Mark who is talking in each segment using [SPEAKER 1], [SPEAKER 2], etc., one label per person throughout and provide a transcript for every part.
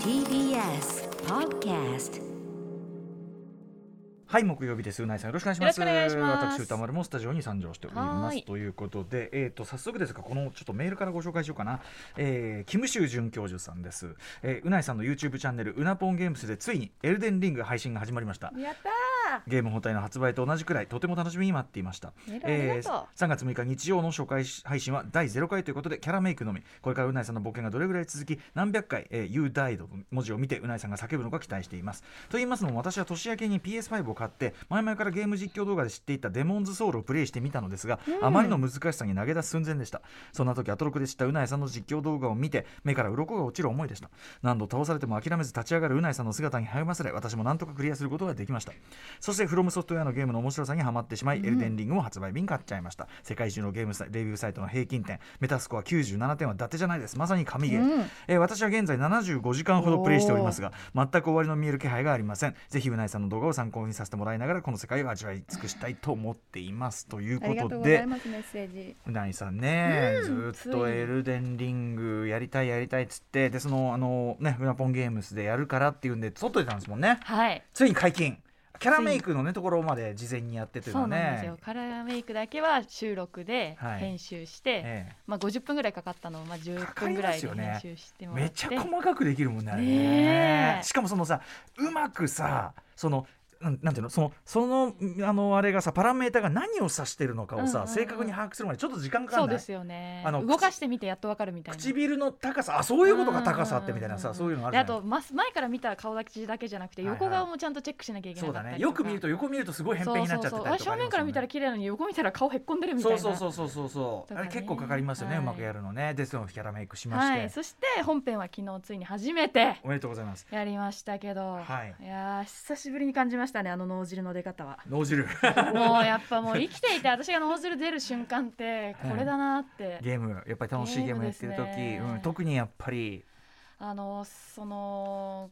[SPEAKER 1] TBS Podcast
[SPEAKER 2] はい木曜日ですうないさんよろしくお願いします
[SPEAKER 3] よろしくお願いします
[SPEAKER 2] 私歌丸もスタジオに参上しておりま
[SPEAKER 3] はー
[SPEAKER 2] す
[SPEAKER 3] い
[SPEAKER 2] ということでえっ、と早速ですがこのちょっとメールからご紹介しようかな、えー、キムシュウ准教授さんです、えー、うないさんの YouTube チャンネルうなぽんゲームスでついにエルデンリング配信が始まりました
[SPEAKER 3] やっ
[SPEAKER 2] ゲーム本体の発売と同じくらいとても楽しみに待っていました、
[SPEAKER 3] メールありがとう
[SPEAKER 2] 3月6日日曜の初回配信は第0回ということでキャラメイクのみこれからうないさんの冒険がどれぐらい続き何百回「えー、You Died」の文字を見てうないさんが叫ぶのか期待していますと言いますのも私は年明けに PS5 を買って前々からゲーム実況動画で知っていた「デモンズソウル」をプレイしてみたのですが、あまりの難しさに投げ出す寸前でしたそんな時アトロクで知ったうないさんの実況動画を見て目から鱗が落ちる思いでした何度倒されても諦めず立ち上がるうないさんの姿に励まされ私もなんとかクリアすることができましたそしてフロムソフトウェアのゲームの面白さにはまってしまい、エルデンリングも発売日に買っちゃいました世界中のゲームサイレビューサイトの平均点メタスコア97点は伊達じゃないですまさに神ゲー、えー私は現在75時間ほどプレイしておりますが全く終わりの見える気配がありませんぜひうないさんの動画を参考にさせてもらいながらこの世界を味わい尽くしたいと思っていますという
[SPEAKER 3] たありが
[SPEAKER 2] こと
[SPEAKER 3] う
[SPEAKER 2] と
[SPEAKER 3] ござ
[SPEAKER 2] で
[SPEAKER 3] いますメッセージ
[SPEAKER 2] うないさんね、ずーっと
[SPEAKER 3] ついに
[SPEAKER 2] エルデンリングやりたいやりたいっつってでそのあのねフナポンゲームスでやるからっていうんで撮っといたんですもんね
[SPEAKER 3] はい
[SPEAKER 2] ついに解禁キャラメイクのねところまで事前にやってというの
[SPEAKER 3] そう
[SPEAKER 2] は
[SPEAKER 3] なんです
[SPEAKER 2] ね
[SPEAKER 3] よカラーメイクだけは収録で
[SPEAKER 2] はい
[SPEAKER 3] 編集して、
[SPEAKER 2] え
[SPEAKER 3] まあ50分ぐらいかかったのをまあ
[SPEAKER 2] か
[SPEAKER 3] 10
[SPEAKER 2] かり
[SPEAKER 3] 分ぐ
[SPEAKER 2] ま
[SPEAKER 3] ら
[SPEAKER 2] す
[SPEAKER 3] いで
[SPEAKER 2] よね
[SPEAKER 3] 編集して
[SPEAKER 2] え
[SPEAKER 3] もら
[SPEAKER 2] め
[SPEAKER 3] っ
[SPEAKER 2] ち
[SPEAKER 3] て
[SPEAKER 2] ゃ細かくできるもんねあれ
[SPEAKER 3] ね
[SPEAKER 2] ね
[SPEAKER 3] え
[SPEAKER 2] しかもそのさうまくさそのうんなんていうのそのそのうんあのあれがさパラメータが何を指してるのかをさ、
[SPEAKER 3] うんうんうん
[SPEAKER 2] 正確に把握するまでちょっと時間かか
[SPEAKER 3] そ
[SPEAKER 2] ん
[SPEAKER 3] う
[SPEAKER 2] ない
[SPEAKER 3] ですよね
[SPEAKER 2] あの
[SPEAKER 3] 動かしてみてやっとわかるみたいな
[SPEAKER 2] 唇の高さあそういうことが高さってみたいなさ、そういうのあるじゃ
[SPEAKER 3] であ
[SPEAKER 2] ない
[SPEAKER 3] とま前から見た顔だけだけじゃなくて
[SPEAKER 2] はいはい
[SPEAKER 3] 横顔もちゃんとチェックしなきゃいけな
[SPEAKER 2] そ
[SPEAKER 3] か
[SPEAKER 2] う
[SPEAKER 3] っ
[SPEAKER 2] だ
[SPEAKER 3] たり
[SPEAKER 2] ねよ
[SPEAKER 3] とか、
[SPEAKER 2] く見ると横見るとすごい扁平になっちゃってたりとかあります
[SPEAKER 3] そうそうそう
[SPEAKER 2] よ
[SPEAKER 3] あ正
[SPEAKER 2] ね
[SPEAKER 3] 面から見たら綺麗なのに横見たら顔へっこんでるみたい
[SPEAKER 2] そう
[SPEAKER 3] な
[SPEAKER 2] そうそうそうそうそう、
[SPEAKER 3] と
[SPEAKER 2] あ
[SPEAKER 3] か
[SPEAKER 2] れ
[SPEAKER 3] ね
[SPEAKER 2] 結構かかりますよね、
[SPEAKER 3] はいう
[SPEAKER 2] まくやるのねでそのキャラメイクしまして、
[SPEAKER 3] はいそして本編は昨日ついに初めて
[SPEAKER 2] おめでとうございます
[SPEAKER 3] やりましたけど、
[SPEAKER 2] はい
[SPEAKER 3] いやー久しぶりに感じましたねあの脳汁の出方は
[SPEAKER 2] 脳汁
[SPEAKER 3] もうやっぱもう生きていて私が脳汁出る瞬間ってこれだなって、
[SPEAKER 2] ゲームやっぱり楽しいゲームやってる
[SPEAKER 3] ゲ
[SPEAKER 2] 時、
[SPEAKER 3] ームですね
[SPEAKER 2] うん、特にやっぱり
[SPEAKER 3] あのその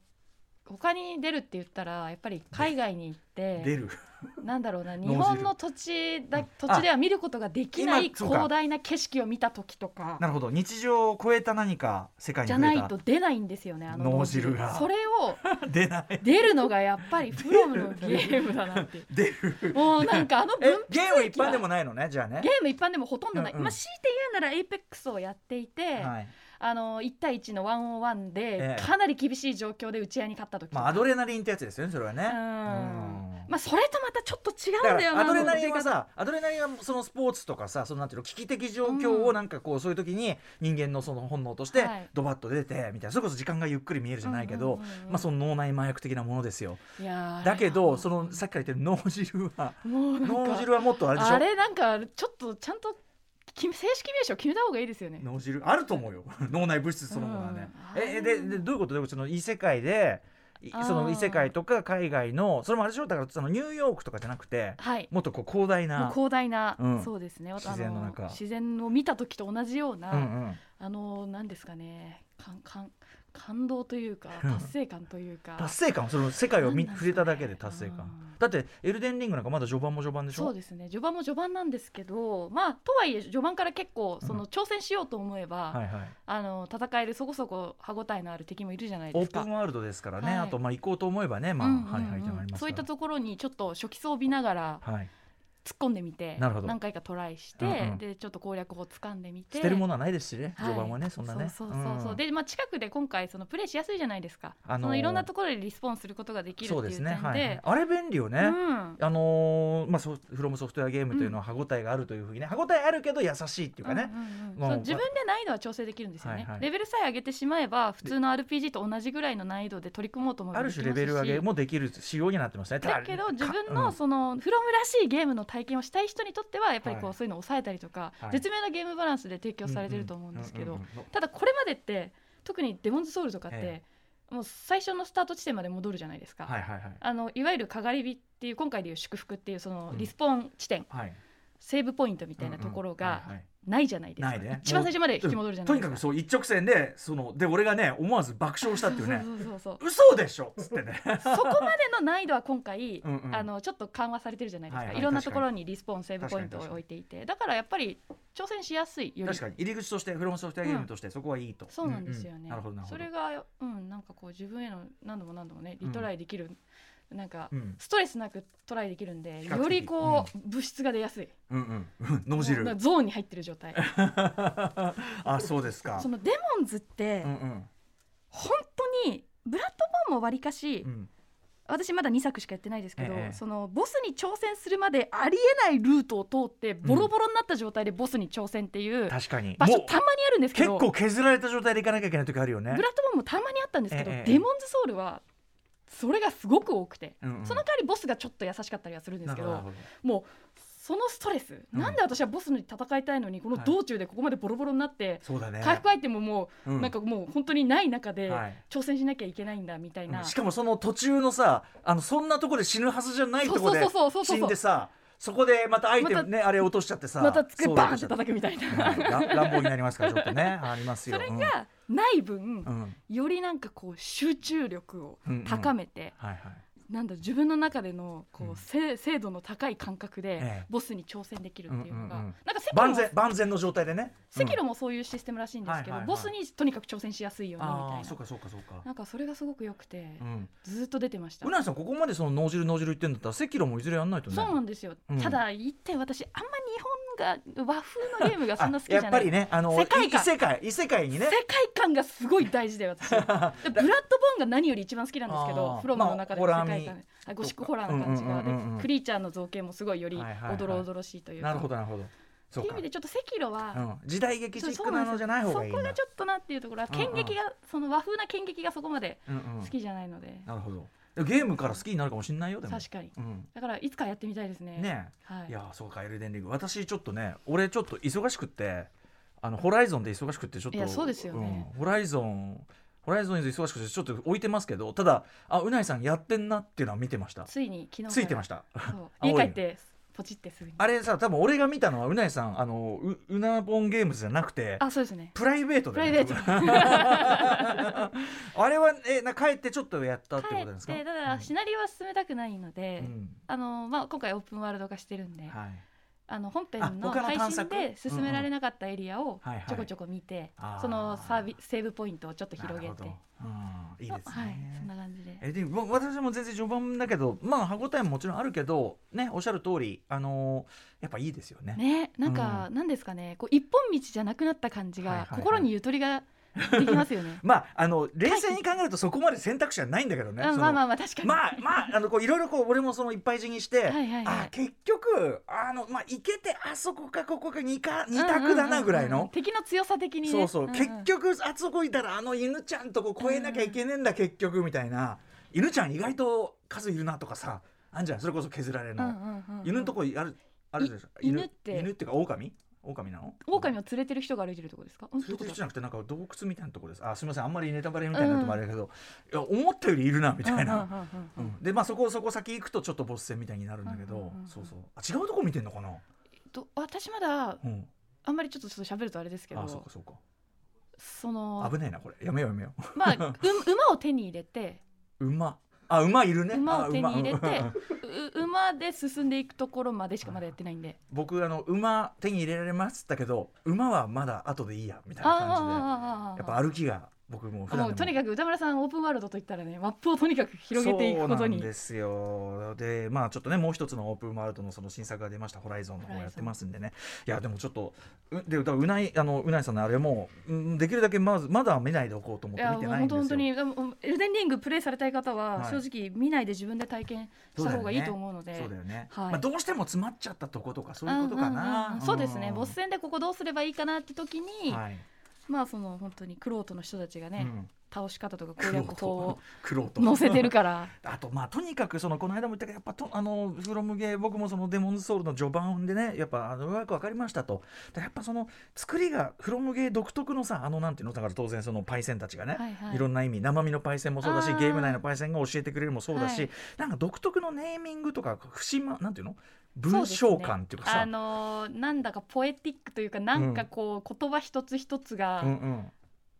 [SPEAKER 3] 他に出るって言ったらやっぱり海外に行って
[SPEAKER 2] 出る、
[SPEAKER 3] なんだろうな日
[SPEAKER 2] 汁
[SPEAKER 3] 本の土地だ
[SPEAKER 2] うん
[SPEAKER 3] 土地では見ることができない
[SPEAKER 2] 今そうか
[SPEAKER 3] 広大な景色を見た時とか
[SPEAKER 2] なるほど日常を超えた何か世界に
[SPEAKER 3] じゃ
[SPEAKER 2] 触
[SPEAKER 3] な
[SPEAKER 2] れ
[SPEAKER 3] い
[SPEAKER 2] た
[SPEAKER 3] と出ないんですよねあの
[SPEAKER 2] 脳汁が
[SPEAKER 3] それを
[SPEAKER 2] 出ない
[SPEAKER 3] 出るのがやっぱりフロムのゲームだなっていう
[SPEAKER 2] 出る
[SPEAKER 3] もうなんかあの
[SPEAKER 2] え
[SPEAKER 3] 分
[SPEAKER 2] ゲーム一般でもないのねじゃあね
[SPEAKER 3] ゲーム一般でもほとんどない、
[SPEAKER 2] うんうん
[SPEAKER 3] まあ、強いて言うならエイペックスをやっていて、
[SPEAKER 2] はい
[SPEAKER 3] あの1対1のワンオンワン
[SPEAKER 2] え
[SPEAKER 3] で
[SPEAKER 2] え
[SPEAKER 3] かなり厳しい状況で打ち合いに勝った時とか
[SPEAKER 2] まあアドレナリンってやつですよねそれはね
[SPEAKER 3] うんまあそれとまたちょっと違
[SPEAKER 2] だ
[SPEAKER 3] う
[SPEAKER 2] か
[SPEAKER 3] んだよ
[SPEAKER 2] ら
[SPEAKER 3] な
[SPEAKER 2] アドレナリン
[SPEAKER 3] あの
[SPEAKER 2] は
[SPEAKER 3] 出方
[SPEAKER 2] さアドレナリンはそのスポーツとかさそのなんていうの危機的状況
[SPEAKER 3] う
[SPEAKER 2] を
[SPEAKER 3] ん
[SPEAKER 2] なんかこうそういう時に人間のその本能として
[SPEAKER 3] はい
[SPEAKER 2] ドバッと出てみたいなそれこそ時間がゆっくり見えるじゃないけど
[SPEAKER 3] うんうんうんうん
[SPEAKER 2] まあその脳内麻薬的なものですよ
[SPEAKER 3] いやー
[SPEAKER 2] だけどそのさっきから言ってる脳汁は
[SPEAKER 3] もうなんか
[SPEAKER 2] 脳汁はもっとあれでし
[SPEAKER 3] あ
[SPEAKER 2] ょ
[SPEAKER 3] れなんかちょっとちゃんとき正式名称決めた方がいいですよね
[SPEAKER 2] 脳汁あると思うよ 脳内物質そのものはね、
[SPEAKER 3] うん
[SPEAKER 2] ええででどういうことどういうことその異世界でい
[SPEAKER 3] あー
[SPEAKER 2] その異世界とか海外のそれもあれでしょだからそのニューヨークとかじゃなくて
[SPEAKER 3] はい
[SPEAKER 2] もっとこう広大
[SPEAKER 3] もう
[SPEAKER 2] な
[SPEAKER 3] 広大な、
[SPEAKER 2] うん
[SPEAKER 3] そうですねあ
[SPEAKER 2] 自然の中
[SPEAKER 3] 自然を見た時と同じような、
[SPEAKER 2] うんうん
[SPEAKER 3] あのなんですかね感感感動というか
[SPEAKER 2] うん
[SPEAKER 3] 達成感というか
[SPEAKER 2] 達成感その世界を見
[SPEAKER 3] なんなん
[SPEAKER 2] 触れただけで達成
[SPEAKER 3] う
[SPEAKER 2] 感
[SPEAKER 3] ん
[SPEAKER 2] だってエルデンリングなんかまだ序盤も序盤でしょ
[SPEAKER 3] そうですね序盤も序盤なんですけどまあとはいえ序盤から結構そ
[SPEAKER 2] うん
[SPEAKER 3] の挑戦しようと思えば、
[SPEAKER 2] はいはい、
[SPEAKER 3] あの戦えるそこそこ歯応えのある敵もいるじゃない
[SPEAKER 2] オ
[SPEAKER 3] で
[SPEAKER 2] ー
[SPEAKER 3] す
[SPEAKER 2] プ
[SPEAKER 3] か。
[SPEAKER 2] ンワールドですからね、
[SPEAKER 3] はい
[SPEAKER 2] あとまあ行こうと思えばねまあ、
[SPEAKER 3] うんうんうん
[SPEAKER 2] はいはいでもありますから
[SPEAKER 3] そういったところにちょっと初期装備ながら
[SPEAKER 2] はい、
[SPEAKER 3] 突っ込んでみて
[SPEAKER 2] なるほど
[SPEAKER 3] 何回かトライして、
[SPEAKER 2] うんうん
[SPEAKER 3] でちょっと攻略法掴んでみて
[SPEAKER 2] 捨てるものはないですしね
[SPEAKER 3] はい
[SPEAKER 2] 序盤はね、そんなね
[SPEAKER 3] そうそうそうそう、
[SPEAKER 2] ん
[SPEAKER 3] で、まあ、近くで今回そのプレイしやすいじゃないですか、
[SPEAKER 2] あのー
[SPEAKER 3] そのいろんなところでリスポンすることができるって
[SPEAKER 2] そ
[SPEAKER 3] いうう
[SPEAKER 2] で
[SPEAKER 3] 点
[SPEAKER 2] す
[SPEAKER 3] で
[SPEAKER 2] ねはいはい、あれ便利よね、
[SPEAKER 3] うん
[SPEAKER 2] あのーまあ、ソフフロムソフトウェアゲームというのは歯応えがあるというふうにね歯応えあるけど優しいっていうかね、
[SPEAKER 3] うんうんうん
[SPEAKER 2] まあ
[SPEAKER 3] そう自分で難易度は調整できるんですよ
[SPEAKER 2] は
[SPEAKER 3] ね、
[SPEAKER 2] いはい
[SPEAKER 3] レベルさえ上げてしまえば普通の RPG と同じぐらいの難易度で取り組もうと思えば
[SPEAKER 2] ある種レベル上げ
[SPEAKER 3] できますし
[SPEAKER 2] もできる仕様になってますね
[SPEAKER 3] だけど
[SPEAKER 2] か
[SPEAKER 3] 自分
[SPEAKER 2] う
[SPEAKER 3] の
[SPEAKER 2] ん
[SPEAKER 3] そのフロムらしいゲームの体験をしたい人にとってはやっぱりこ
[SPEAKER 2] はいう
[SPEAKER 3] そういうのを抑えたりとか、
[SPEAKER 2] はい
[SPEAKER 3] 絶妙なゲームバランスで提供されてると思うんですけ
[SPEAKER 2] う
[SPEAKER 3] ど
[SPEAKER 2] んうんうんうん
[SPEAKER 3] ただこれまでって特に「デモンズソウル」とかって、
[SPEAKER 2] え
[SPEAKER 3] もう最初のスタート地点まで戻るじゃないですか、
[SPEAKER 2] はいはいはい
[SPEAKER 3] あのいわゆるかがり火っていう今回でいう祝福っていうその
[SPEAKER 2] うん
[SPEAKER 3] リスポーン地点、
[SPEAKER 2] はい
[SPEAKER 3] セーブポイントみたいなところが
[SPEAKER 2] うんうんはいはい
[SPEAKER 3] ないじゃないですか
[SPEAKER 2] ないね
[SPEAKER 3] 一番最初まで引き戻るじゃない
[SPEAKER 2] と
[SPEAKER 3] で
[SPEAKER 2] に
[SPEAKER 3] すか
[SPEAKER 2] かくそう一直線でそので俺がね思わず爆笑したっていうね
[SPEAKER 3] そうそうそう
[SPEAKER 2] 嘘でしょっつって ね
[SPEAKER 3] そうそこまでの難易度は今回
[SPEAKER 2] うんうん
[SPEAKER 3] あのちょっと緩和されてるじゃないですか、
[SPEAKER 2] はい
[SPEAKER 3] い
[SPEAKER 2] はい
[SPEAKER 3] ろんな
[SPEAKER 2] 確
[SPEAKER 3] と
[SPEAKER 2] かに
[SPEAKER 3] ころにリスポーンセーブポイントを置いていてだからやっぱり挑戦しやすいより
[SPEAKER 2] 確かに入り口としてフロムソフトウェアゲームとしてそこはいいと、
[SPEAKER 3] そうなんですよ
[SPEAKER 2] う
[SPEAKER 3] ね、
[SPEAKER 2] うなるほどなるほ
[SPEAKER 3] そ
[SPEAKER 2] ど
[SPEAKER 3] れがうんなんかこう自分への何度も何度もねリトライできる、なんか
[SPEAKER 2] うん
[SPEAKER 3] ストレスなくトライできるんで
[SPEAKER 2] 比較的
[SPEAKER 3] よりこう、物質が出やすい
[SPEAKER 2] うんうん うん脳汁
[SPEAKER 3] もうゾーンに入ってる状態
[SPEAKER 2] あそうですか
[SPEAKER 3] そのデモンズって、
[SPEAKER 2] うんうん
[SPEAKER 3] 本当にブラッドボーンもわりかし、
[SPEAKER 2] うん
[SPEAKER 3] 私まだ2作しかやってないですけど、
[SPEAKER 2] ええ
[SPEAKER 3] そのボスに挑戦するまでありえないルートを通ってボロボロになった状態でボスに挑戦っていう
[SPEAKER 2] 確かに
[SPEAKER 3] 場所
[SPEAKER 2] もう
[SPEAKER 3] たまにあるんですけ
[SPEAKER 2] 結
[SPEAKER 3] ど
[SPEAKER 2] 構削られた状態で行かなきゃいけない時あるよね
[SPEAKER 3] ブラッドボーンもたまにあったんですけど、
[SPEAKER 2] ええ
[SPEAKER 3] デモンズソウルはそれがすごく多くて、
[SPEAKER 2] うんうん
[SPEAKER 3] その代わりボスがちょっと優しかったりはするんですけど
[SPEAKER 2] なるほど
[SPEAKER 3] もうそのストレス、
[SPEAKER 2] うん
[SPEAKER 3] なんで私はボスに戦いたいのにこの道中でここまでボロボロになって、
[SPEAKER 2] そうだね
[SPEAKER 3] 回復アイテムも
[SPEAKER 2] うん
[SPEAKER 3] なんかもう本当にない中で
[SPEAKER 2] はい
[SPEAKER 3] 挑戦しなきゃいけないんだみたいな、
[SPEAKER 2] しかもその途中のさあのそんなとこで死ぬはずじゃないとこで
[SPEAKER 3] そうそうそうそうそうそう
[SPEAKER 2] 死んでさそこでまたアイテムねあれ落としちゃってさ
[SPEAKER 3] また机バーンって
[SPEAKER 2] そう
[SPEAKER 3] 叩くみたいな。
[SPEAKER 2] はいら 乱暴になりますからちょっとねあります
[SPEAKER 3] そ
[SPEAKER 2] よ
[SPEAKER 3] れがない分、
[SPEAKER 2] うんうん
[SPEAKER 3] よりなんかこう集中力を高めて、
[SPEAKER 2] はいはい
[SPEAKER 3] なんだ自分の中でのこう、
[SPEAKER 2] うん
[SPEAKER 3] せ精度の高い感覚で、
[SPEAKER 2] ええ
[SPEAKER 3] ボスに挑戦できるっていうのが、
[SPEAKER 2] うんうんうん
[SPEAKER 3] なんかセキロ
[SPEAKER 2] 万
[SPEAKER 3] も
[SPEAKER 2] 全万全の状態でね
[SPEAKER 3] セキロ
[SPEAKER 2] も
[SPEAKER 3] もそういうシステムらしいんですけど、
[SPEAKER 2] はいはいはい
[SPEAKER 3] ボスにとにかく挑戦しやすいようにみ
[SPEAKER 2] ああー
[SPEAKER 3] た
[SPEAKER 2] そ
[SPEAKER 3] いう
[SPEAKER 2] かそうかそうか
[SPEAKER 3] ななんかそれがすごく良くて、
[SPEAKER 2] うん
[SPEAKER 3] ずーっと出てました
[SPEAKER 2] う。なぎさんここまでその脳汁脳汁言ってんだったらセキロもいずれやんないとね
[SPEAKER 3] そうなんですよ、
[SPEAKER 2] うん
[SPEAKER 3] ただ一点私あんま日本が和風のゲームがそんな好きじゃ
[SPEAKER 2] や
[SPEAKER 3] な
[SPEAKER 2] っ
[SPEAKER 3] い
[SPEAKER 2] ぱりねあの
[SPEAKER 3] 世界観
[SPEAKER 2] 異世界異世界にね
[SPEAKER 3] 世界観がすごい大事 で私でブラッドボーンが何より一番好きなんですけ
[SPEAKER 2] あ
[SPEAKER 3] ど
[SPEAKER 2] ー
[SPEAKER 3] フロムの中での世
[SPEAKER 2] まあ
[SPEAKER 3] 界
[SPEAKER 2] ホラー
[SPEAKER 3] 観、
[SPEAKER 2] 味
[SPEAKER 3] あゴシックホラーの感じが、
[SPEAKER 2] うんうんうんうん
[SPEAKER 3] でクリーチャーの造形もすごいより
[SPEAKER 2] はいはいはい
[SPEAKER 3] おどろおどろしいというか、
[SPEAKER 2] なるほどなるほどそ
[SPEAKER 3] っ
[SPEAKER 2] う
[SPEAKER 3] ていう意
[SPEAKER 2] か
[SPEAKER 3] 味でちょっと赤色は、
[SPEAKER 2] うん時代劇チ
[SPEAKER 3] そう
[SPEAKER 2] ッ
[SPEAKER 3] そ
[SPEAKER 2] ク
[SPEAKER 3] う
[SPEAKER 2] な
[SPEAKER 3] な
[SPEAKER 2] ん
[SPEAKER 3] で
[SPEAKER 2] の
[SPEAKER 3] す
[SPEAKER 2] じ
[SPEAKER 3] よ
[SPEAKER 2] ゃない方がいい
[SPEAKER 3] そこ
[SPEAKER 2] ん
[SPEAKER 3] が
[SPEAKER 2] だ
[SPEAKER 3] ちょっとなっていうところは
[SPEAKER 2] うんうん
[SPEAKER 3] 剣劇が、その和風な剣劇がそこまで
[SPEAKER 2] うんうん
[SPEAKER 3] 好きじゃないので、
[SPEAKER 2] なるほどゲームから好きになるかもしれないよでも
[SPEAKER 3] 確かに
[SPEAKER 2] うん
[SPEAKER 3] だからいつかやってみたいですね
[SPEAKER 2] ね
[SPEAKER 3] はい
[SPEAKER 2] いやーそうかエルデンリング私ちょっとね俺ちょっと忙しくってあのホライゾンで忙しくってちょっと
[SPEAKER 3] いやそうですよね
[SPEAKER 2] うんホライゾンホライゾンで忙しくてちょっと置いてますけどただあうないさんやってんなっていうのは見てました
[SPEAKER 3] ついに昨日から
[SPEAKER 2] ついてました
[SPEAKER 3] そう
[SPEAKER 2] 青い
[SPEAKER 3] 家
[SPEAKER 2] の
[SPEAKER 3] 帰ってポチってすぐに
[SPEAKER 2] あれさ多分俺が見たのはうないさんあのううなぼんゲームズじゃなくて
[SPEAKER 3] あそうですね
[SPEAKER 2] プライベート
[SPEAKER 3] プ
[SPEAKER 2] で、
[SPEAKER 3] ライベー ト
[SPEAKER 2] あれはえな帰ってちょっとやったってことなんです
[SPEAKER 3] 帰
[SPEAKER 2] か
[SPEAKER 3] ってただシナリオは進めたくないので、
[SPEAKER 2] うん
[SPEAKER 3] あのまあ、今回オープンワールド化してるんで、
[SPEAKER 2] うんはい
[SPEAKER 3] あの本
[SPEAKER 2] あ
[SPEAKER 3] 編の
[SPEAKER 2] 他の
[SPEAKER 3] 配
[SPEAKER 2] 探
[SPEAKER 3] 信
[SPEAKER 2] 索
[SPEAKER 3] で進められなかったエリアを
[SPEAKER 2] うんうんはいはい
[SPEAKER 3] ちょこちょこ見て、
[SPEAKER 2] あー
[SPEAKER 3] そのサービセーブポイントをちょっと広げ
[SPEAKER 2] な
[SPEAKER 3] て
[SPEAKER 2] るほどうんいいですね、
[SPEAKER 3] はい、そんな感じで
[SPEAKER 2] えで僕私も全然序盤だけどまあ歯応えももちろんあるけどねおっしゃる通りあのーやっぱいいですよね
[SPEAKER 3] ねなんか、なんですかねこう一本道じゃなくなった感じが、
[SPEAKER 2] はいはいはい
[SPEAKER 3] 心にゆとりができま すよね
[SPEAKER 2] まああの冷静に考えるとそこまで選択肢はないんだけどねそ
[SPEAKER 3] あ
[SPEAKER 2] の
[SPEAKER 3] まあまあまあ確かに、
[SPEAKER 2] まあまあ あのこういろいろこう俺もそのいっぱい字にして、
[SPEAKER 3] はいはいは
[SPEAKER 2] あ
[SPEAKER 3] い
[SPEAKER 2] 結局あのまあ行けてあそこかここか二か二
[SPEAKER 3] うんうんうん
[SPEAKER 2] 択
[SPEAKER 3] うん
[SPEAKER 2] だなぐらいの、
[SPEAKER 3] 敵の強さ的にね
[SPEAKER 2] そうそう、
[SPEAKER 3] んん
[SPEAKER 2] 結局あそこいたらあの犬ちゃんとこ越えなきゃいけねえんだ、結局みたいな犬ちゃん意外と数いるなとかさあんじゃんそれこそ削られ
[SPEAKER 3] う
[SPEAKER 2] の、
[SPEAKER 3] んうんうんうん
[SPEAKER 2] 犬のとこあるあるでしょ
[SPEAKER 3] い犬って
[SPEAKER 2] 犬っていうか狼狼なの
[SPEAKER 3] 狼を連れてる人が歩いてるとこですかうん
[SPEAKER 2] 連れてる人
[SPEAKER 3] どこ
[SPEAKER 2] じゃなくてなんか洞窟みたいなとこですあすみませんあんまりネタバレみたいになってもあれだけど、いや思ったよりいるなみ
[SPEAKER 3] だ
[SPEAKER 2] たいな、
[SPEAKER 3] うんうんうんうん
[SPEAKER 2] う
[SPEAKER 3] うん
[SPEAKER 2] んでまあそこそこ先行くとちょっとボス戦みたいになるんだけど、
[SPEAKER 3] うんうんうんうん
[SPEAKER 2] そうそうあ違うとこ見てんのかな、
[SPEAKER 3] と私まだ
[SPEAKER 2] うん、
[SPEAKER 3] あんまりちょっとちょっと喋るとあれですけど
[SPEAKER 2] あそうかそうか
[SPEAKER 3] その
[SPEAKER 2] 危ねえなこれやめようやめよ
[SPEAKER 3] まあ、う馬を手に入れて
[SPEAKER 2] う馬あ馬いるね
[SPEAKER 3] 馬
[SPEAKER 2] あ
[SPEAKER 3] を手に入れ
[SPEAKER 2] 馬
[SPEAKER 3] て
[SPEAKER 2] うん
[SPEAKER 3] う馬で進んでいくところまでしかまだやってないんで
[SPEAKER 2] 僕あの馬手に入れられますっつったけど馬はまだ後でいいやみたいな感
[SPEAKER 3] あ
[SPEAKER 2] じ
[SPEAKER 3] あ
[SPEAKER 2] でやっぱ歩きが僕もう普段
[SPEAKER 3] もう
[SPEAKER 2] で
[SPEAKER 3] と
[SPEAKER 2] も
[SPEAKER 3] にかく歌村さんオープンワールドといったらねマップをとにかく広げていくこと
[SPEAKER 2] そう
[SPEAKER 3] に
[SPEAKER 2] なんですよでまあちょっとねもう一つのオープンワールドのその新作が出ました「ホライゾンの方やってますんでねいやでもちょっとうで歌ううないあのうないさんのあれもうんできるだけまずまだ見ないでおこうと思っ
[SPEAKER 3] い
[SPEAKER 2] て
[SPEAKER 3] や
[SPEAKER 2] 見
[SPEAKER 3] も
[SPEAKER 2] て
[SPEAKER 3] う
[SPEAKER 2] ないん
[SPEAKER 3] 本
[SPEAKER 2] です
[SPEAKER 3] 当
[SPEAKER 2] よ
[SPEAKER 3] 本当にでもエルデンリングプレイされたい方は
[SPEAKER 2] はい
[SPEAKER 3] 正直見ないで自分で体験した方がいいと思うので、
[SPEAKER 2] そうだよね、
[SPEAKER 3] はい
[SPEAKER 2] まあ、どうしても詰まっちゃったとことかそういうことか
[SPEAKER 3] うんうん
[SPEAKER 2] な
[SPEAKER 3] うんそうですね
[SPEAKER 2] ん
[SPEAKER 3] ボス戦でここどうすればいいかなって時に、
[SPEAKER 2] はい
[SPEAKER 3] まあその本当にクロートの人たちが
[SPEAKER 2] う
[SPEAKER 3] ね、
[SPEAKER 2] ん、
[SPEAKER 3] 倒し方とか
[SPEAKER 2] 苦
[SPEAKER 3] 攻
[SPEAKER 2] 労
[SPEAKER 3] 略法を
[SPEAKER 2] と苦労と
[SPEAKER 3] 載せてるから。
[SPEAKER 2] あとまあとにかくそのこの間も言ったけどやっぱとあのフロムゲー僕もそのデモンズソウルの序盤でねやっぱあのうまく分かりましたとでやっぱその作りがフロムゲー独特のさあのなんていうのだから当然そのパイセンたち がね、
[SPEAKER 3] はいはい
[SPEAKER 2] いろんな意味生身のパイセンもそうだし
[SPEAKER 3] あー
[SPEAKER 2] ゲーム内のパイセンが教えてくれるもそうだし、
[SPEAKER 3] はい
[SPEAKER 2] なんか独特のネーミングとか不審まなんていうの文章感っていうかさ
[SPEAKER 3] あのーなんだかポエティックというかなんかこう、言葉一つ一つ
[SPEAKER 2] うんう
[SPEAKER 3] が
[SPEAKER 2] ん、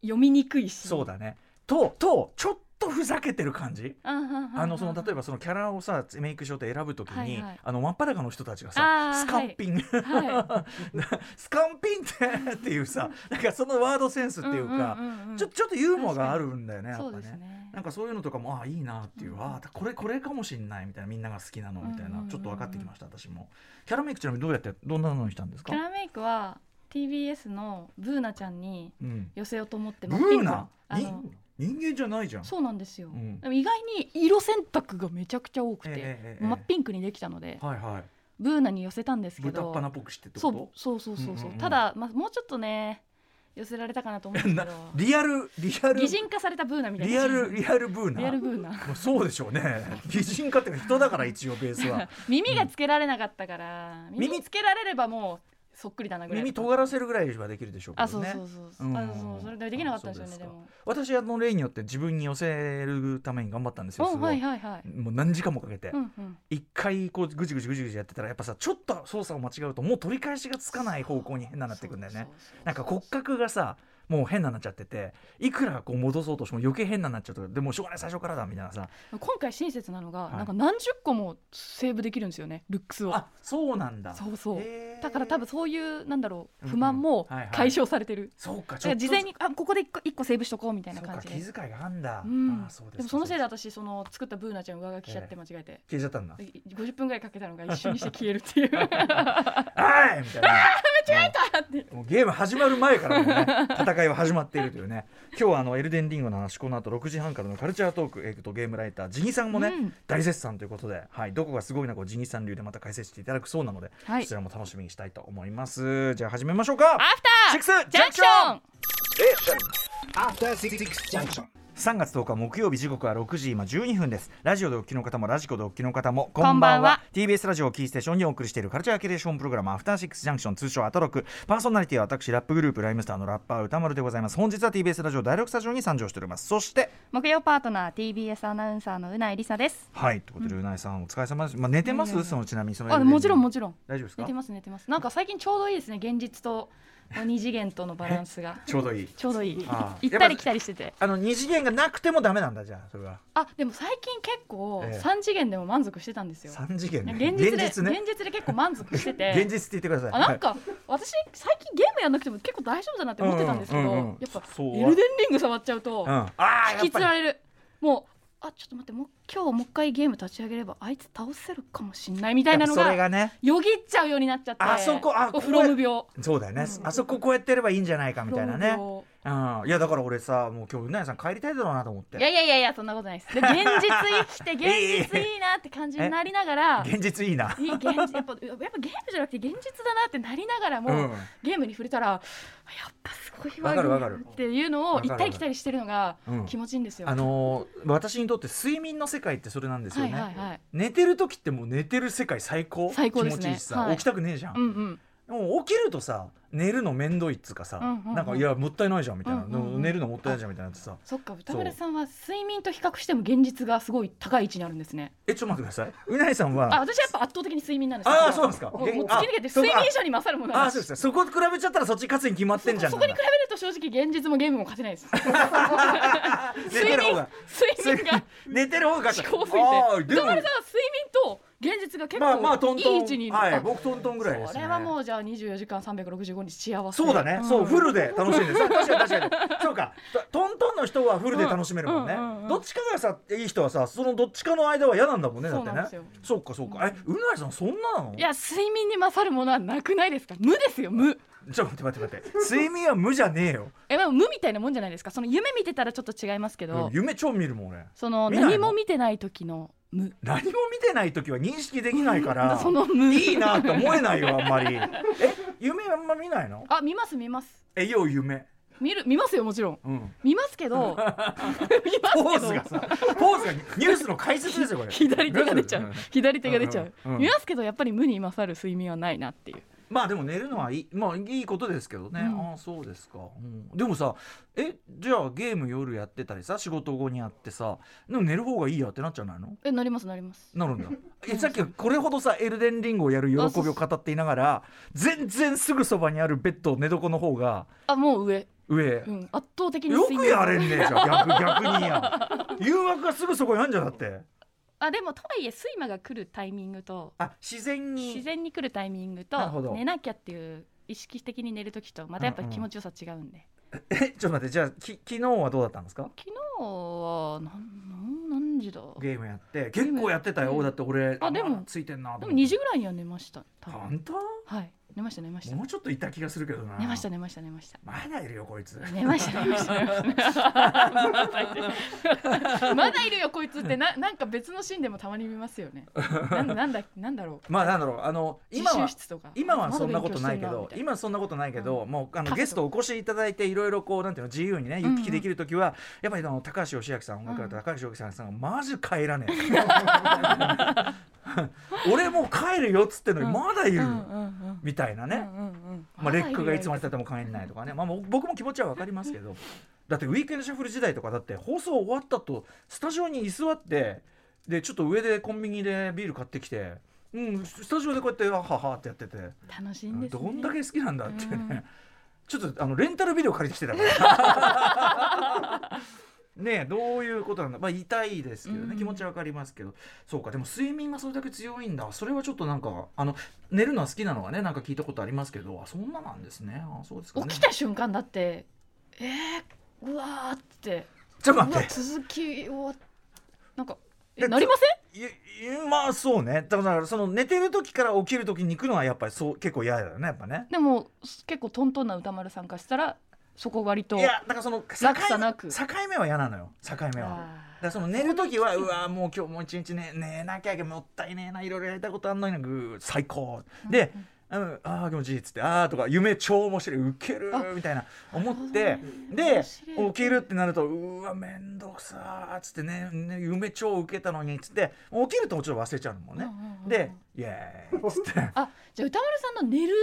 [SPEAKER 3] 読みにくいし、
[SPEAKER 2] そうだねととちょっとふざけてる感じあ
[SPEAKER 3] あ
[SPEAKER 2] のその例え
[SPEAKER 3] ば
[SPEAKER 2] ばそのキャラをさメイクしようと選ぶときに、
[SPEAKER 3] はいはい
[SPEAKER 2] あの真っ裸の人たちがさ
[SPEAKER 3] あー
[SPEAKER 2] スカンピン、
[SPEAKER 3] は
[SPEAKER 2] スカンピンってっていうさなんかそのワードセンスっていうか、ちょちょっとユーモアがあるんだよねやっ
[SPEAKER 3] そう
[SPEAKER 2] ぱ
[SPEAKER 3] です
[SPEAKER 2] ね。
[SPEAKER 3] ね
[SPEAKER 2] なんかそういうのとかもああいいなっていう、
[SPEAKER 3] うん
[SPEAKER 2] ああこれこれかもしんないみたいなみんなが好きなのみたいな、
[SPEAKER 3] うん
[SPEAKER 2] ちょっと分かってきました私もキャラメイクちなみにどうやってどんなのにしたんです
[SPEAKER 3] キ
[SPEAKER 2] か
[SPEAKER 3] ャラメイクは TBS のブーナちゃんに
[SPEAKER 2] うん、
[SPEAKER 3] 寄せようと思って
[SPEAKER 2] ブ
[SPEAKER 3] 真っピ
[SPEAKER 2] ー
[SPEAKER 3] ンク
[SPEAKER 2] ナ
[SPEAKER 3] のあ
[SPEAKER 2] に
[SPEAKER 3] の
[SPEAKER 2] 人間じゃないじゃん
[SPEAKER 3] そうなんですよ、
[SPEAKER 2] うん
[SPEAKER 3] でも意外に色選択がめちゃくちゃ多くて、
[SPEAKER 2] ええええええ
[SPEAKER 3] 真っピンクにできたので、
[SPEAKER 2] はいはい
[SPEAKER 3] ブーナに寄せたんですけ
[SPEAKER 2] 豚
[SPEAKER 3] ど
[SPEAKER 2] っ鼻っぽくしてって
[SPEAKER 3] そ
[SPEAKER 2] こ
[SPEAKER 3] う
[SPEAKER 2] と
[SPEAKER 3] そうそうそうそう、
[SPEAKER 2] うんうんうん
[SPEAKER 3] ただ、まあ、もうちょっとね寄せられたかなと思うんです
[SPEAKER 2] な
[SPEAKER 3] けど
[SPEAKER 2] リアルリアル
[SPEAKER 3] 擬人化されたブーナみたいな
[SPEAKER 2] リアルリアルブーナ
[SPEAKER 3] リアルブーナ
[SPEAKER 2] もうそうでしょうね擬人化っていうか人だから一応ベースは
[SPEAKER 3] 耳がつけられなかったから、
[SPEAKER 2] 耳
[SPEAKER 3] 耳つけられればもうそっくりだなぐらい
[SPEAKER 2] 耳尖らせるぐらいはできるでしょうけ
[SPEAKER 3] あ
[SPEAKER 2] ど
[SPEAKER 3] そう
[SPEAKER 2] ね
[SPEAKER 3] そうそうそう、
[SPEAKER 2] うん
[SPEAKER 3] あそうそれでできなかったんですよね
[SPEAKER 2] あそうで
[SPEAKER 3] で
[SPEAKER 2] すか
[SPEAKER 3] も
[SPEAKER 2] 私あの例によって自分に寄せるために頑張ったんですよす
[SPEAKER 3] お
[SPEAKER 2] ご
[SPEAKER 3] はい
[SPEAKER 2] い
[SPEAKER 3] はいはい、
[SPEAKER 2] もう何時間もかけて
[SPEAKER 3] うんうん、
[SPEAKER 2] 一回こうぐじぐじぐじぐじやってたらやっぱさちょっと操作を間違うともう取り返しがつかない方向に変ななってくんだよね
[SPEAKER 3] そうそうそう
[SPEAKER 2] なんか骨格がさもう変ななっちゃってていくらこう戻そうとしても余計変ななっちゃうとかでもうしょうがない最初からだみたいなさ
[SPEAKER 3] 今回親切なのが、
[SPEAKER 2] はい
[SPEAKER 3] なんか何十個もセーブできるんですよねルックスを
[SPEAKER 2] あそうなんだ
[SPEAKER 3] そうそう
[SPEAKER 2] へー
[SPEAKER 3] だから多分そういうなんだろ
[SPEAKER 2] うん
[SPEAKER 3] う
[SPEAKER 2] うん
[SPEAKER 3] 不満も
[SPEAKER 2] はいはい
[SPEAKER 3] 解消されてる、
[SPEAKER 2] そうかちょっ
[SPEAKER 3] だから
[SPEAKER 2] と
[SPEAKER 3] 事前にあここで一個一個セーブしとこうみたいな
[SPEAKER 2] そう
[SPEAKER 3] 感
[SPEAKER 2] か
[SPEAKER 3] じ
[SPEAKER 2] 気
[SPEAKER 3] で
[SPEAKER 2] 遣いがあんだ、
[SPEAKER 3] うん
[SPEAKER 2] あーそうす
[SPEAKER 3] でもそのせいで
[SPEAKER 2] か
[SPEAKER 3] 私その作ったブーナちゃん上書きしちゃって間違えて、
[SPEAKER 2] 消えちゃったんだ
[SPEAKER 3] 50分ぐらいかけたのが一瞬にして消えるっていう
[SPEAKER 2] あいみたいな。間違えたもうゲーム始まる前からもうね、 戦いは始まっているというね。今日はあのエルデンリンゴの話、この後6時半からのカルチャートーク、えーとゲームライタージギさんもね、
[SPEAKER 3] うん
[SPEAKER 2] 大絶賛ということで、はい、どこがすごいのかをジギさん流でまた解説していただくそうなので、
[SPEAKER 3] はい
[SPEAKER 2] そちらも楽しみにしたいと思います。じゃあ始めましょうか。
[SPEAKER 3] アフ
[SPEAKER 2] シ
[SPEAKER 3] タ
[SPEAKER 2] ッ
[SPEAKER 3] ー
[SPEAKER 2] ク
[SPEAKER 3] シ
[SPEAKER 2] ス
[SPEAKER 3] ジ
[SPEAKER 2] ジャ
[SPEAKER 3] ャ
[SPEAKER 2] ン
[SPEAKER 3] ン
[SPEAKER 2] ク
[SPEAKER 3] ク
[SPEAKER 2] シ
[SPEAKER 3] シ
[SPEAKER 2] ョン
[SPEAKER 3] ョン
[SPEAKER 4] After City Junction.
[SPEAKER 2] 3月10日木曜日時刻は6時今12分ですラジオでお聞きの方もラジコでお聞きの方もこ
[SPEAKER 3] んばんは
[SPEAKER 2] TBS ラジオをキーステーションにお送りしているカルチャーキュレーションプログラムアフターシックスジャンクション通称アトロクパーソナリティは私ラップグループライムスターのラッパー歌丸でございます本日は TBS ラジオ第6スタジオに参上しておりますそして
[SPEAKER 3] 木曜パートナー TBS アナウンサーのうないりさです
[SPEAKER 2] はいということでうなえさんお疲れ様です、まあ、寝てます
[SPEAKER 3] いやいやいや
[SPEAKER 2] そのちなみにその
[SPEAKER 3] あもちろんも
[SPEAKER 2] ち
[SPEAKER 3] ちろん
[SPEAKER 2] ろん大丈夫ですか
[SPEAKER 3] 寝てます寝てますなんか最近ちょうどいいですね現実と二次元とのバランスが
[SPEAKER 2] ちょうどいい
[SPEAKER 3] ちょうどいい
[SPEAKER 2] ああ
[SPEAKER 3] 行ったり来たりしてて
[SPEAKER 2] あの二次元がなくてもダメなんだじゃあそれは
[SPEAKER 3] あでも最近結構
[SPEAKER 2] ええ
[SPEAKER 3] 三次元でも満足してたんですよ
[SPEAKER 2] 三次元ね
[SPEAKER 3] 現実で
[SPEAKER 2] 現
[SPEAKER 3] 現実
[SPEAKER 2] 実ね
[SPEAKER 3] で結構満足してて
[SPEAKER 2] 現実って言ってください
[SPEAKER 3] あなんか私最近ゲームやんなくても結構大丈夫だなって思ってたんですけど、
[SPEAKER 2] うんうんうん
[SPEAKER 3] やっぱ
[SPEAKER 2] そう
[SPEAKER 3] エルデンリング触っちゃうと
[SPEAKER 2] うん、ああ
[SPEAKER 3] 引きつられるもうあちょっと待ってもう今日もう一回ゲーム立ち上げればあいつ倒せるかもしんないみたいなの
[SPEAKER 2] それ
[SPEAKER 3] が
[SPEAKER 2] がね
[SPEAKER 3] よぎっちゃうようになっちゃって
[SPEAKER 2] あそこあここ
[SPEAKER 3] フロム病
[SPEAKER 2] そうだよね、
[SPEAKER 3] うん
[SPEAKER 2] あそここうやってやればいいんじゃないかみたいなね
[SPEAKER 3] フ、ロ
[SPEAKER 2] うん、いやだから俺さもう今日うなやさん帰りたいだろうなと思って
[SPEAKER 3] ム病いやいやいやいやそんなことないですで現実生 きて現実いいなって感じになりながら
[SPEAKER 2] 現実いいない
[SPEAKER 3] い現実やっぱやっぱゲームじゃなくて現実だなってなりながらも、
[SPEAKER 2] うん
[SPEAKER 3] ゲームに触れたらやっぱすごい
[SPEAKER 2] わ
[SPEAKER 3] わ
[SPEAKER 2] かるわかる
[SPEAKER 3] っていうのを
[SPEAKER 2] わかる
[SPEAKER 3] 行
[SPEAKER 2] わか
[SPEAKER 3] った
[SPEAKER 2] る
[SPEAKER 3] り来たりしてるのが
[SPEAKER 2] うん
[SPEAKER 3] 気持ちいいんですよ。
[SPEAKER 2] あのー私にとって睡眠の世界ってそれなんですよね、
[SPEAKER 3] はいはいはい
[SPEAKER 2] 寝てる時ってもう寝てる世界最高
[SPEAKER 3] 最高ですね
[SPEAKER 2] 気持ちいいしさ、
[SPEAKER 3] はい
[SPEAKER 2] 起きたくねえじゃん、
[SPEAKER 3] うんうん、
[SPEAKER 2] もう起きるとさ寝るのめんどいっつうかさ、
[SPEAKER 3] うんうんうん
[SPEAKER 2] なんかいやもったいないじゃんみたいな、
[SPEAKER 3] うんうんうん
[SPEAKER 2] 寝るのもったいないじゃんみたいなってさ
[SPEAKER 3] そっか歌丸さんは睡眠と比較しても現実がすごい高い位置にあるんですね。
[SPEAKER 2] えちょっと待ってくださいうないさん
[SPEAKER 3] あ
[SPEAKER 2] は
[SPEAKER 3] 私はやっぱ圧倒的に睡眠なんですよ
[SPEAKER 2] ああそうなんですか
[SPEAKER 3] もうもう
[SPEAKER 2] あ
[SPEAKER 3] 突き抜けて
[SPEAKER 2] そこ
[SPEAKER 3] 睡眠以上に勝るもの
[SPEAKER 2] あ
[SPEAKER 3] な
[SPEAKER 2] あ
[SPEAKER 3] んで
[SPEAKER 2] そうです
[SPEAKER 3] す
[SPEAKER 2] ねそこ比べちゃったらそっち勝つに決まってんじゃん
[SPEAKER 3] そこに比
[SPEAKER 2] なん
[SPEAKER 3] べると正直現実もゲームも勝てない です
[SPEAKER 2] だ寝てる方が
[SPEAKER 3] 睡眠が
[SPEAKER 2] 寝てる方が
[SPEAKER 3] 思考す
[SPEAKER 2] あ
[SPEAKER 3] ぎ
[SPEAKER 2] ー
[SPEAKER 3] て
[SPEAKER 2] で
[SPEAKER 3] 歌
[SPEAKER 2] も
[SPEAKER 3] 丸さんは睡眠と現実が結
[SPEAKER 2] まあまあト
[SPEAKER 3] 構
[SPEAKER 2] ントン
[SPEAKER 3] いい位置にいる、
[SPEAKER 2] はい
[SPEAKER 3] あ
[SPEAKER 2] 僕トントンぐらいです
[SPEAKER 3] そ
[SPEAKER 2] ね
[SPEAKER 3] れはもうじゃあ24時間365日幸せ
[SPEAKER 2] そうだね、
[SPEAKER 3] ん
[SPEAKER 2] そうフルで楽しんでるそう確かに確かにそうかトントンの人はフルで楽しめるもんね、
[SPEAKER 3] うんうんうんうん
[SPEAKER 2] どっちかがさいい人はさそのどっちかの間は嫌なんだもんねだって
[SPEAKER 3] そうなんです
[SPEAKER 2] ね
[SPEAKER 3] よ
[SPEAKER 2] そうかそうかえうなりさんそんななの
[SPEAKER 3] いや睡眠に勝るものはなくないですか無ですよ無
[SPEAKER 2] ちょっと待って待って待って睡眠は無じゃねえよ
[SPEAKER 3] えでも無みたいなもんじゃないですかその夢見てたらちょっと違いますけど
[SPEAKER 2] 夢超見るもん俺
[SPEAKER 3] その
[SPEAKER 2] 見ないの
[SPEAKER 3] 何も見てない時の無
[SPEAKER 2] 何も見てない時は認識できないから
[SPEAKER 3] その無
[SPEAKER 2] いいなって思えないよあんまりえ夢あんま見ないの
[SPEAKER 3] あ見ます見ます
[SPEAKER 2] えよう夢
[SPEAKER 3] 見る見ますよもちろん
[SPEAKER 2] うん
[SPEAKER 3] 見ます けど見ますけど
[SPEAKER 2] ポーズがさ、ポーズがニュースの解説ですよこれ。
[SPEAKER 3] 左手が出ちゃう左手が出ちゃう、
[SPEAKER 2] うんうんうん
[SPEAKER 3] 見ますけどやっぱり無に勝る睡眠はないなっていう
[SPEAKER 2] まあでも寝るのはいい,、まあ、いいことですけどね、
[SPEAKER 3] うん
[SPEAKER 2] ああそうですか、うんでもさえじゃあゲーム夜やってたりさ仕事後にやってさでも寝る方がいいやってなっちゃうないの
[SPEAKER 3] えなりますなります
[SPEAKER 2] なるん だえさっきはこれほどさエルデンリングをやる喜びを語っていながら全然すぐそばにあるベッド寝床の方が
[SPEAKER 3] あもう上、
[SPEAKER 2] 上、
[SPEAKER 3] うん、圧倒的に
[SPEAKER 2] よ
[SPEAKER 3] 睡
[SPEAKER 2] く
[SPEAKER 3] 眠
[SPEAKER 2] やれんねえじゃん逆逆にや誘惑がすぐそこにあんじゃんだって
[SPEAKER 3] あでもとはいえ睡魔が来るタイミングと
[SPEAKER 2] あ自然に
[SPEAKER 3] 自然に来るタイミングと
[SPEAKER 2] なるほど
[SPEAKER 3] 寝なきゃっていう意識的に寝る時とまたやっぱり気持ちよさ違うんで、
[SPEAKER 2] えちょっと待ってじゃあき昨日はどうだったんですか
[SPEAKER 3] 昨日はなんなん何時だ
[SPEAKER 2] ゲ
[SPEAKER 3] で
[SPEAKER 2] ームやって結構やってたよ、
[SPEAKER 3] うん
[SPEAKER 2] だって俺
[SPEAKER 3] あでも
[SPEAKER 2] まだついてんなと
[SPEAKER 3] も
[SPEAKER 2] 思って
[SPEAKER 3] 2時ぐらいには寝ました多分
[SPEAKER 2] 本当
[SPEAKER 3] はい寝ました寝ました
[SPEAKER 2] もうちょっといた気がするけどな
[SPEAKER 3] 寝ました寝ました寝 ました
[SPEAKER 2] まだいるよこいつ
[SPEAKER 3] 寝ました寝ました寝ました まだいるよこいつってななんか別のシーンでもたまに見ますよ ねなんなんだなんだろう
[SPEAKER 2] まあなんだろうあの今
[SPEAKER 3] 自習
[SPEAKER 2] は
[SPEAKER 3] 室とか
[SPEAKER 2] 今はそんなことないけ
[SPEAKER 3] まだ
[SPEAKER 2] ど
[SPEAKER 3] 勉強してんなみ
[SPEAKER 2] 今はそんなことないけど、もうあ
[SPEAKER 3] パッ
[SPEAKER 2] の
[SPEAKER 3] と
[SPEAKER 2] ゲストお越しいただいていろいろこうなんていうの自由にね行き来できる時は、やっぱりあの高橋義明さん音楽家の高橋義明さんがマジ帰らねえ 俺もう帰るよっつってんのに
[SPEAKER 3] うん
[SPEAKER 2] まだいる、
[SPEAKER 3] たいなうんうんうん
[SPEAKER 2] みたいなね、
[SPEAKER 3] うんうんうん
[SPEAKER 2] まあ、レックがいつまで
[SPEAKER 3] だ
[SPEAKER 2] たっても帰んないとかね、まあ、もう僕も気持ちは分かりますけどだってウィークエンドシャッフル時代とかだって放送終わったとスタジオに居座ってでちょっと上でコンビニでビール買ってきて、うん、スタジオでこうやってはははってやってて、
[SPEAKER 3] 楽しいんです、
[SPEAKER 2] ど
[SPEAKER 3] ね、
[SPEAKER 2] んだけ好きなんだっていうね、
[SPEAKER 3] うん
[SPEAKER 2] ちょっとあのレンタルビデオ借りてきてたから。 ねえどういうことなんだまあ痛いですけどね、
[SPEAKER 3] うん
[SPEAKER 2] 気持ちは分かりますけどそうかでも睡眠がそれだけ強いんだそれはちょっとなんかあの寝るのは好きなのはねなんか聞いたことありますけどあそんななんですねあそうですかね
[SPEAKER 3] 起きた瞬間だってえー、うわーって
[SPEAKER 2] ちょっ
[SPEAKER 3] う
[SPEAKER 2] と
[SPEAKER 3] わ
[SPEAKER 2] 待って
[SPEAKER 3] 続きをなんか
[SPEAKER 2] え
[SPEAKER 3] えなりません
[SPEAKER 2] いいまあそうねだからその寝てる時から起きる時に行くのはやっぱりそう結構嫌だよねやっぱね
[SPEAKER 3] でもす結構トントンな歌丸さんからしたらそこ割と
[SPEAKER 2] いやだからその境
[SPEAKER 3] 落差なく
[SPEAKER 2] 境目は嫌なのよ境目は。だからその寝る時はうわもう今日もう一日寝寝なきゃもったいねえないろいろやりたいことあんのになぐー最高で、うん、ああ気持ちいいっつってああとか夢超面白いウケる
[SPEAKER 3] あ
[SPEAKER 2] みたいな思っ
[SPEAKER 3] な
[SPEAKER 2] て
[SPEAKER 3] るほどね
[SPEAKER 2] で
[SPEAKER 3] 面白い
[SPEAKER 2] 起きるってなるとうわめんどくさーっつってねね夢超ウケたのにっつって起きるとちょっと忘れちゃうのもんね、でイエーイっつ って
[SPEAKER 3] あじゃあ歌丸さんの寝る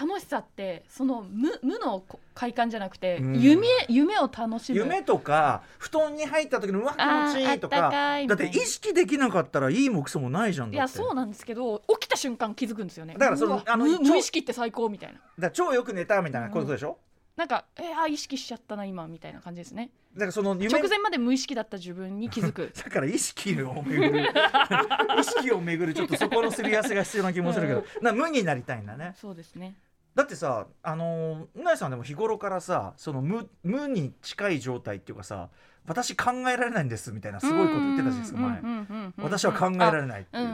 [SPEAKER 3] 楽しさってその無無のこ快感じゃなくて、
[SPEAKER 2] うん
[SPEAKER 3] 夢夢を楽しむ
[SPEAKER 2] 夢とか布団に入った時のうわ気
[SPEAKER 3] あー
[SPEAKER 2] 持ちいいと
[SPEAKER 3] あった
[SPEAKER 2] か
[SPEAKER 3] かいみ
[SPEAKER 2] だ
[SPEAKER 3] た
[SPEAKER 2] っ
[SPEAKER 3] いな
[SPEAKER 2] て意識できなかったらいいもクソもないじゃん
[SPEAKER 3] い
[SPEAKER 2] だ
[SPEAKER 3] や
[SPEAKER 2] って
[SPEAKER 3] そうなんですけど起きた瞬間気づくんですよね
[SPEAKER 2] だからその
[SPEAKER 3] うわ
[SPEAKER 2] あの
[SPEAKER 3] 無
[SPEAKER 2] ちょ
[SPEAKER 3] 無意識って最高みたいな
[SPEAKER 2] だから超よく寝たみたいなことでしょ、
[SPEAKER 3] なんかえー、あ意識しちゃったな今みたいな感じですね
[SPEAKER 2] だからその夢
[SPEAKER 3] 直前まで無意識だった自分に気づ く
[SPEAKER 2] だから意識を巡る 意識を巡るちょっとそこのすり合わせが必要な気もするけどな無になりたいんだね
[SPEAKER 3] そうですね
[SPEAKER 2] だってさあのうなえさんでも日頃からさその無無に近い状態っていうかさ私考えられないんですみたいなすごいこと言ってたじゃないですか前私は考えら
[SPEAKER 3] い
[SPEAKER 2] れないっていう。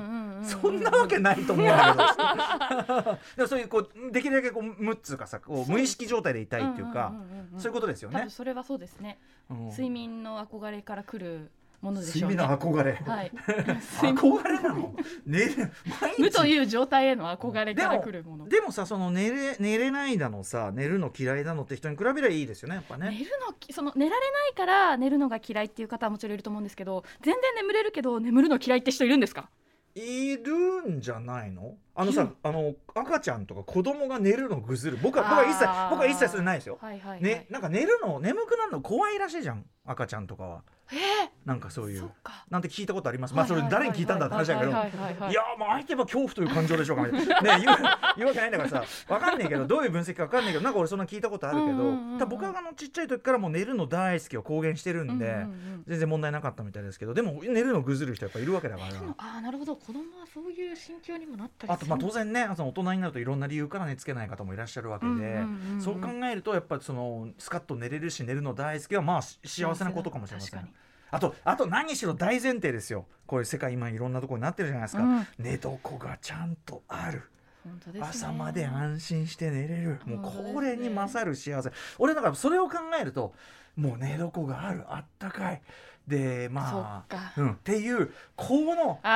[SPEAKER 2] そん
[SPEAKER 3] な
[SPEAKER 2] なわけないと思うんだけど でもそういうこうできるだけこう無っつうかさこう無意識状態でいたいっていうか、そういう
[SPEAKER 3] こ
[SPEAKER 2] ことですよ
[SPEAKER 3] 多
[SPEAKER 2] ね
[SPEAKER 3] 分。それはそうですね
[SPEAKER 2] うん
[SPEAKER 3] 睡眠の憧れから来るものでし
[SPEAKER 2] 睡
[SPEAKER 3] ょう
[SPEAKER 2] 眠
[SPEAKER 3] ね
[SPEAKER 2] の
[SPEAKER 3] は
[SPEAKER 2] 憧れ、
[SPEAKER 3] い
[SPEAKER 2] 憧れなの寝る毎日
[SPEAKER 3] 無という状態への憧れから来るもの
[SPEAKER 2] でもさその寝れ寝れないだのさ寝るの嫌いだのって人に比べりゃいいですよねやっぱ
[SPEAKER 3] 寝
[SPEAKER 2] ね。
[SPEAKER 3] るのきその寝られないから寝るのが嫌いっていう方はもちろんいると思うんですけど全然眠れるけど眠るの嫌いって人いるんですか
[SPEAKER 2] いるんじゃないのあの
[SPEAKER 3] う
[SPEAKER 2] さ
[SPEAKER 3] ん
[SPEAKER 2] あの赤ちゃんとか子供が寝るのぐずる僕は僕は一切
[SPEAKER 3] あー
[SPEAKER 2] 僕は一切それないですよ。
[SPEAKER 3] はいはいはい
[SPEAKER 2] ねなんか寝るの眠くなるの怖いらしいじゃん赤ちゃんとかは
[SPEAKER 3] え
[SPEAKER 2] なんかそう
[SPEAKER 3] ー
[SPEAKER 2] い
[SPEAKER 3] そうっ。か
[SPEAKER 2] なんて聞いたことあります。まあそれ誰に聞いたんだって話だけど。
[SPEAKER 3] はいはいはいはいはいはいはい
[SPEAKER 2] いやーまあ相手は恐怖という感情でし ょうかねね言う言うわけないんだからさわかんねえけどどういう分析かわかんねえけどなんか俺そんな聞いたことあるけど、
[SPEAKER 3] うんうんうんうん
[SPEAKER 2] ただ僕はあのちっちゃい時からもう寝るの大好きを公言してるんで、
[SPEAKER 3] うんうん
[SPEAKER 2] 全然問題なかったみたいですけどでも寝るのぐずる人やっぱいるわけだか
[SPEAKER 3] うん
[SPEAKER 2] ら。
[SPEAKER 3] ああなるほど子供はそういう心境にもなったり
[SPEAKER 2] あとまあ
[SPEAKER 3] る
[SPEAKER 2] 当然ねその大人になるといろんな理由から寝つけない方もいらっしゃるわけで、
[SPEAKER 3] うんうんうんうん
[SPEAKER 2] そう考えるとやっぱそのスカッと寝れるし寝るの大好きはまあし幸せなことかもしれませ
[SPEAKER 3] 幸せ
[SPEAKER 2] ん
[SPEAKER 3] だ。
[SPEAKER 2] あとあと何しろ大前提ですよこういう世界今いろんなところになってるじゃないですか、
[SPEAKER 3] うん
[SPEAKER 2] 寝床がちゃんとある。
[SPEAKER 3] 本当ですね
[SPEAKER 2] 朝まで安心して寝れるも
[SPEAKER 3] 本当です
[SPEAKER 2] う
[SPEAKER 3] ね
[SPEAKER 2] これに勝る幸せ、俺だからそれを考えるともう寝床があるあったかいでま
[SPEAKER 3] そっ
[SPEAKER 2] あ
[SPEAKER 3] か
[SPEAKER 2] うん、っていうこの
[SPEAKER 3] あ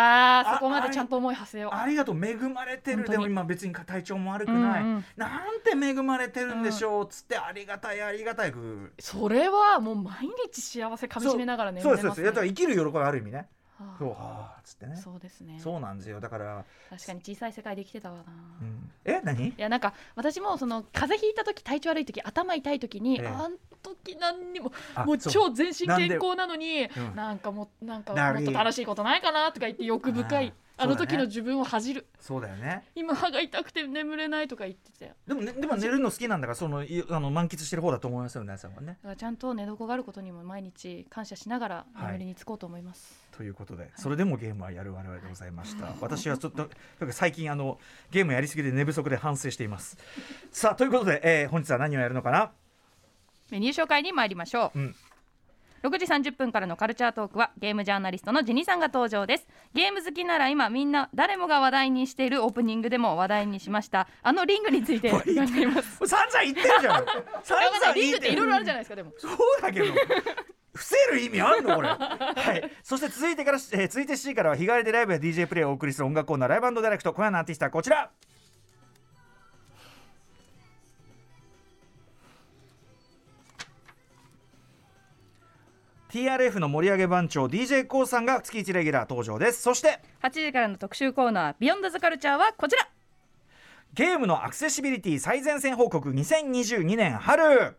[SPEAKER 2] あ
[SPEAKER 3] あそこまでちゃんと思い馳せよう
[SPEAKER 2] ありがとう恵まれて
[SPEAKER 3] 本
[SPEAKER 2] る
[SPEAKER 3] 当
[SPEAKER 2] で
[SPEAKER 3] に
[SPEAKER 2] も今別に体調も悪くない、
[SPEAKER 3] うんうん
[SPEAKER 2] なんて恵まれてるんでしょうっつってありがたいありがたいぐ
[SPEAKER 3] それはもう毎日幸せかみしめながら
[SPEAKER 2] ー
[SPEAKER 3] 寝
[SPEAKER 2] そう
[SPEAKER 3] れ
[SPEAKER 2] ですそう
[SPEAKER 3] ま
[SPEAKER 2] ですす
[SPEAKER 3] ね
[SPEAKER 2] いやだから生きる喜びある意味ね
[SPEAKER 3] ああ
[SPEAKER 2] そうはあっつってねそ
[SPEAKER 3] そうですね
[SPEAKER 2] うなんですよだから、
[SPEAKER 3] 確かに小さい世界で生きてたわな、
[SPEAKER 2] うん、え何
[SPEAKER 3] いやなんか私もその風邪ひいた時体調悪い時頭痛い時に、
[SPEAKER 2] ええ
[SPEAKER 3] あん時何にも
[SPEAKER 2] あ
[SPEAKER 3] もう
[SPEAKER 2] そう
[SPEAKER 3] 超全身
[SPEAKER 2] なんで
[SPEAKER 3] 健康なのに
[SPEAKER 2] うん
[SPEAKER 3] なんかもうなんか
[SPEAKER 2] な
[SPEAKER 3] も
[SPEAKER 2] る
[SPEAKER 3] っと楽しいことないかなとか言って欲深
[SPEAKER 2] あ
[SPEAKER 3] い
[SPEAKER 2] ー
[SPEAKER 3] あ
[SPEAKER 2] そうだね
[SPEAKER 3] の時の自分を恥じる、
[SPEAKER 2] そうだよね
[SPEAKER 3] 今歯が痛くて眠れないとか言ってたよ
[SPEAKER 2] でもねでも寝るの好きなんだからそのいあの満喫してる方だと思いますよ皆さんはね
[SPEAKER 3] だからちゃんと寝床があることにも毎日感謝しながら眠りにつこうと思います、
[SPEAKER 2] ということでそれでもゲームはやる我々でございました私はちょっととにかく最近あのゲームやりすぎて寝不足で反省していますさあということで、えー本日は何をやるのか な
[SPEAKER 5] メニュー紹介に参りましょう、
[SPEAKER 2] うん
[SPEAKER 5] 6時30分からのカルチャートークはゲームジャーナリストのジニさんが登場ですゲーム好きなら今みんな誰もが話題にしているオープニングでも話題にしましたあのリングについて伺っています
[SPEAKER 2] もう散々言ってるじゃん散
[SPEAKER 3] あわかんな
[SPEAKER 2] 々
[SPEAKER 3] いリ
[SPEAKER 2] 言
[SPEAKER 3] ング
[SPEAKER 2] っ
[SPEAKER 3] ってて
[SPEAKER 2] る
[SPEAKER 3] いろいろあるじゃないですかでも
[SPEAKER 2] そうだけど伏せる意味あるのこれはいそして続いてから、えー続いて C からは日替わりでライブや DJ プレイをお送りする音楽コーナーライブディレクト今夜のアーティストはこちら「TRF」の盛り上げ番長 d j k o さんが月1レギュラー登場ですそして
[SPEAKER 5] 8時からの特集コーナービヨンドザカルチャーはこちら
[SPEAKER 2] ゲームのアクセシビリティ最前線報告2022年春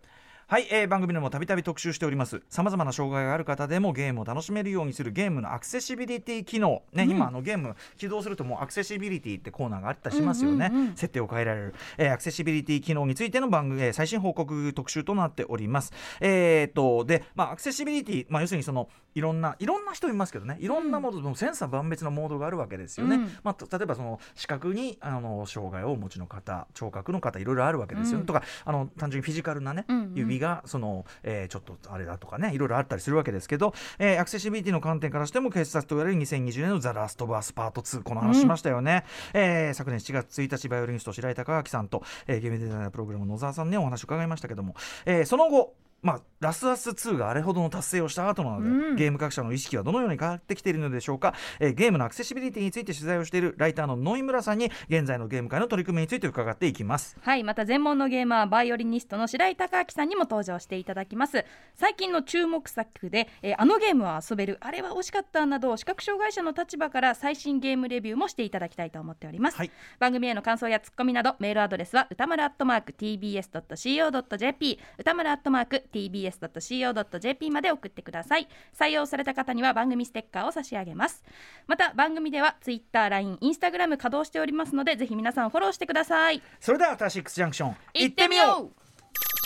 [SPEAKER 2] はい、えー番組でもたびたび特集しておりますさまざまな障害がある方でもゲームを楽しめるようにするゲームのアクセシビリティ機能、ね今あのゲーム起動するともうアクセシビリティってコーナーがあったりしますよね、設定を変えられる、えーアクセシビリティ機能についての番組、えー最新報告特集となっておりますえー、とで、まあ、アクセシビリティ、まあ、要するにそのいろんないろんな人いますけどねいろんなモード、のセンサー万別のモードがあるわけですよね、
[SPEAKER 5] うん
[SPEAKER 2] まあ、と例えばその視覚にあの障害をお持ちの方聴覚の方いろいろあるわけですよ、
[SPEAKER 5] うん
[SPEAKER 2] とかあの単純にフィジカルなね、
[SPEAKER 5] うんうん
[SPEAKER 2] 指がその、えーちょっとあれだとかねいろいろあったりするわけですけど、えーアクセシビリティの観点からしても傑作と言われる2020年の「ザ・ラスト・バース・パート2」この話しましたよね、えー昨年7月1日バイオリニスト白井孝明さんと、えーゲームデザイナープログラムの野沢さんにお話を伺いましたけども、えーその後まあ、ラスアス2があれほどの達成をした後なので、
[SPEAKER 5] うん
[SPEAKER 2] ゲーム各社の意識はどのように変わってきているのでしょうか、えーゲームのアクセシビリティについて取材をしているライターの野井村さんに現在のゲーム界の取り組みについて伺っていきます。
[SPEAKER 5] はいまた全問のゲーマーバイオリニストの白井孝明さんにも登場していただきます最近の注目作で、えーあのゲームは遊べるあれは惜しかったなど視覚障害者の立場から最新ゲームレビューもしていただきたいと思っております、
[SPEAKER 2] はい
[SPEAKER 5] 番組への感想やツッコミなどメールアドレスは歌丸アットマーク tbs.co.jp 歌丸アットマーク tbs.co.jp まで送ってください採用された方には番組ステッカーを差し上げますまた番組では TwitterLINE、Instagram 稼働しておりますのでぜひ皆さんフォローしてください
[SPEAKER 2] それではアフターシックスジャンクション
[SPEAKER 5] 行ってみよう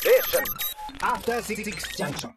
[SPEAKER 4] Station. After Six Junction.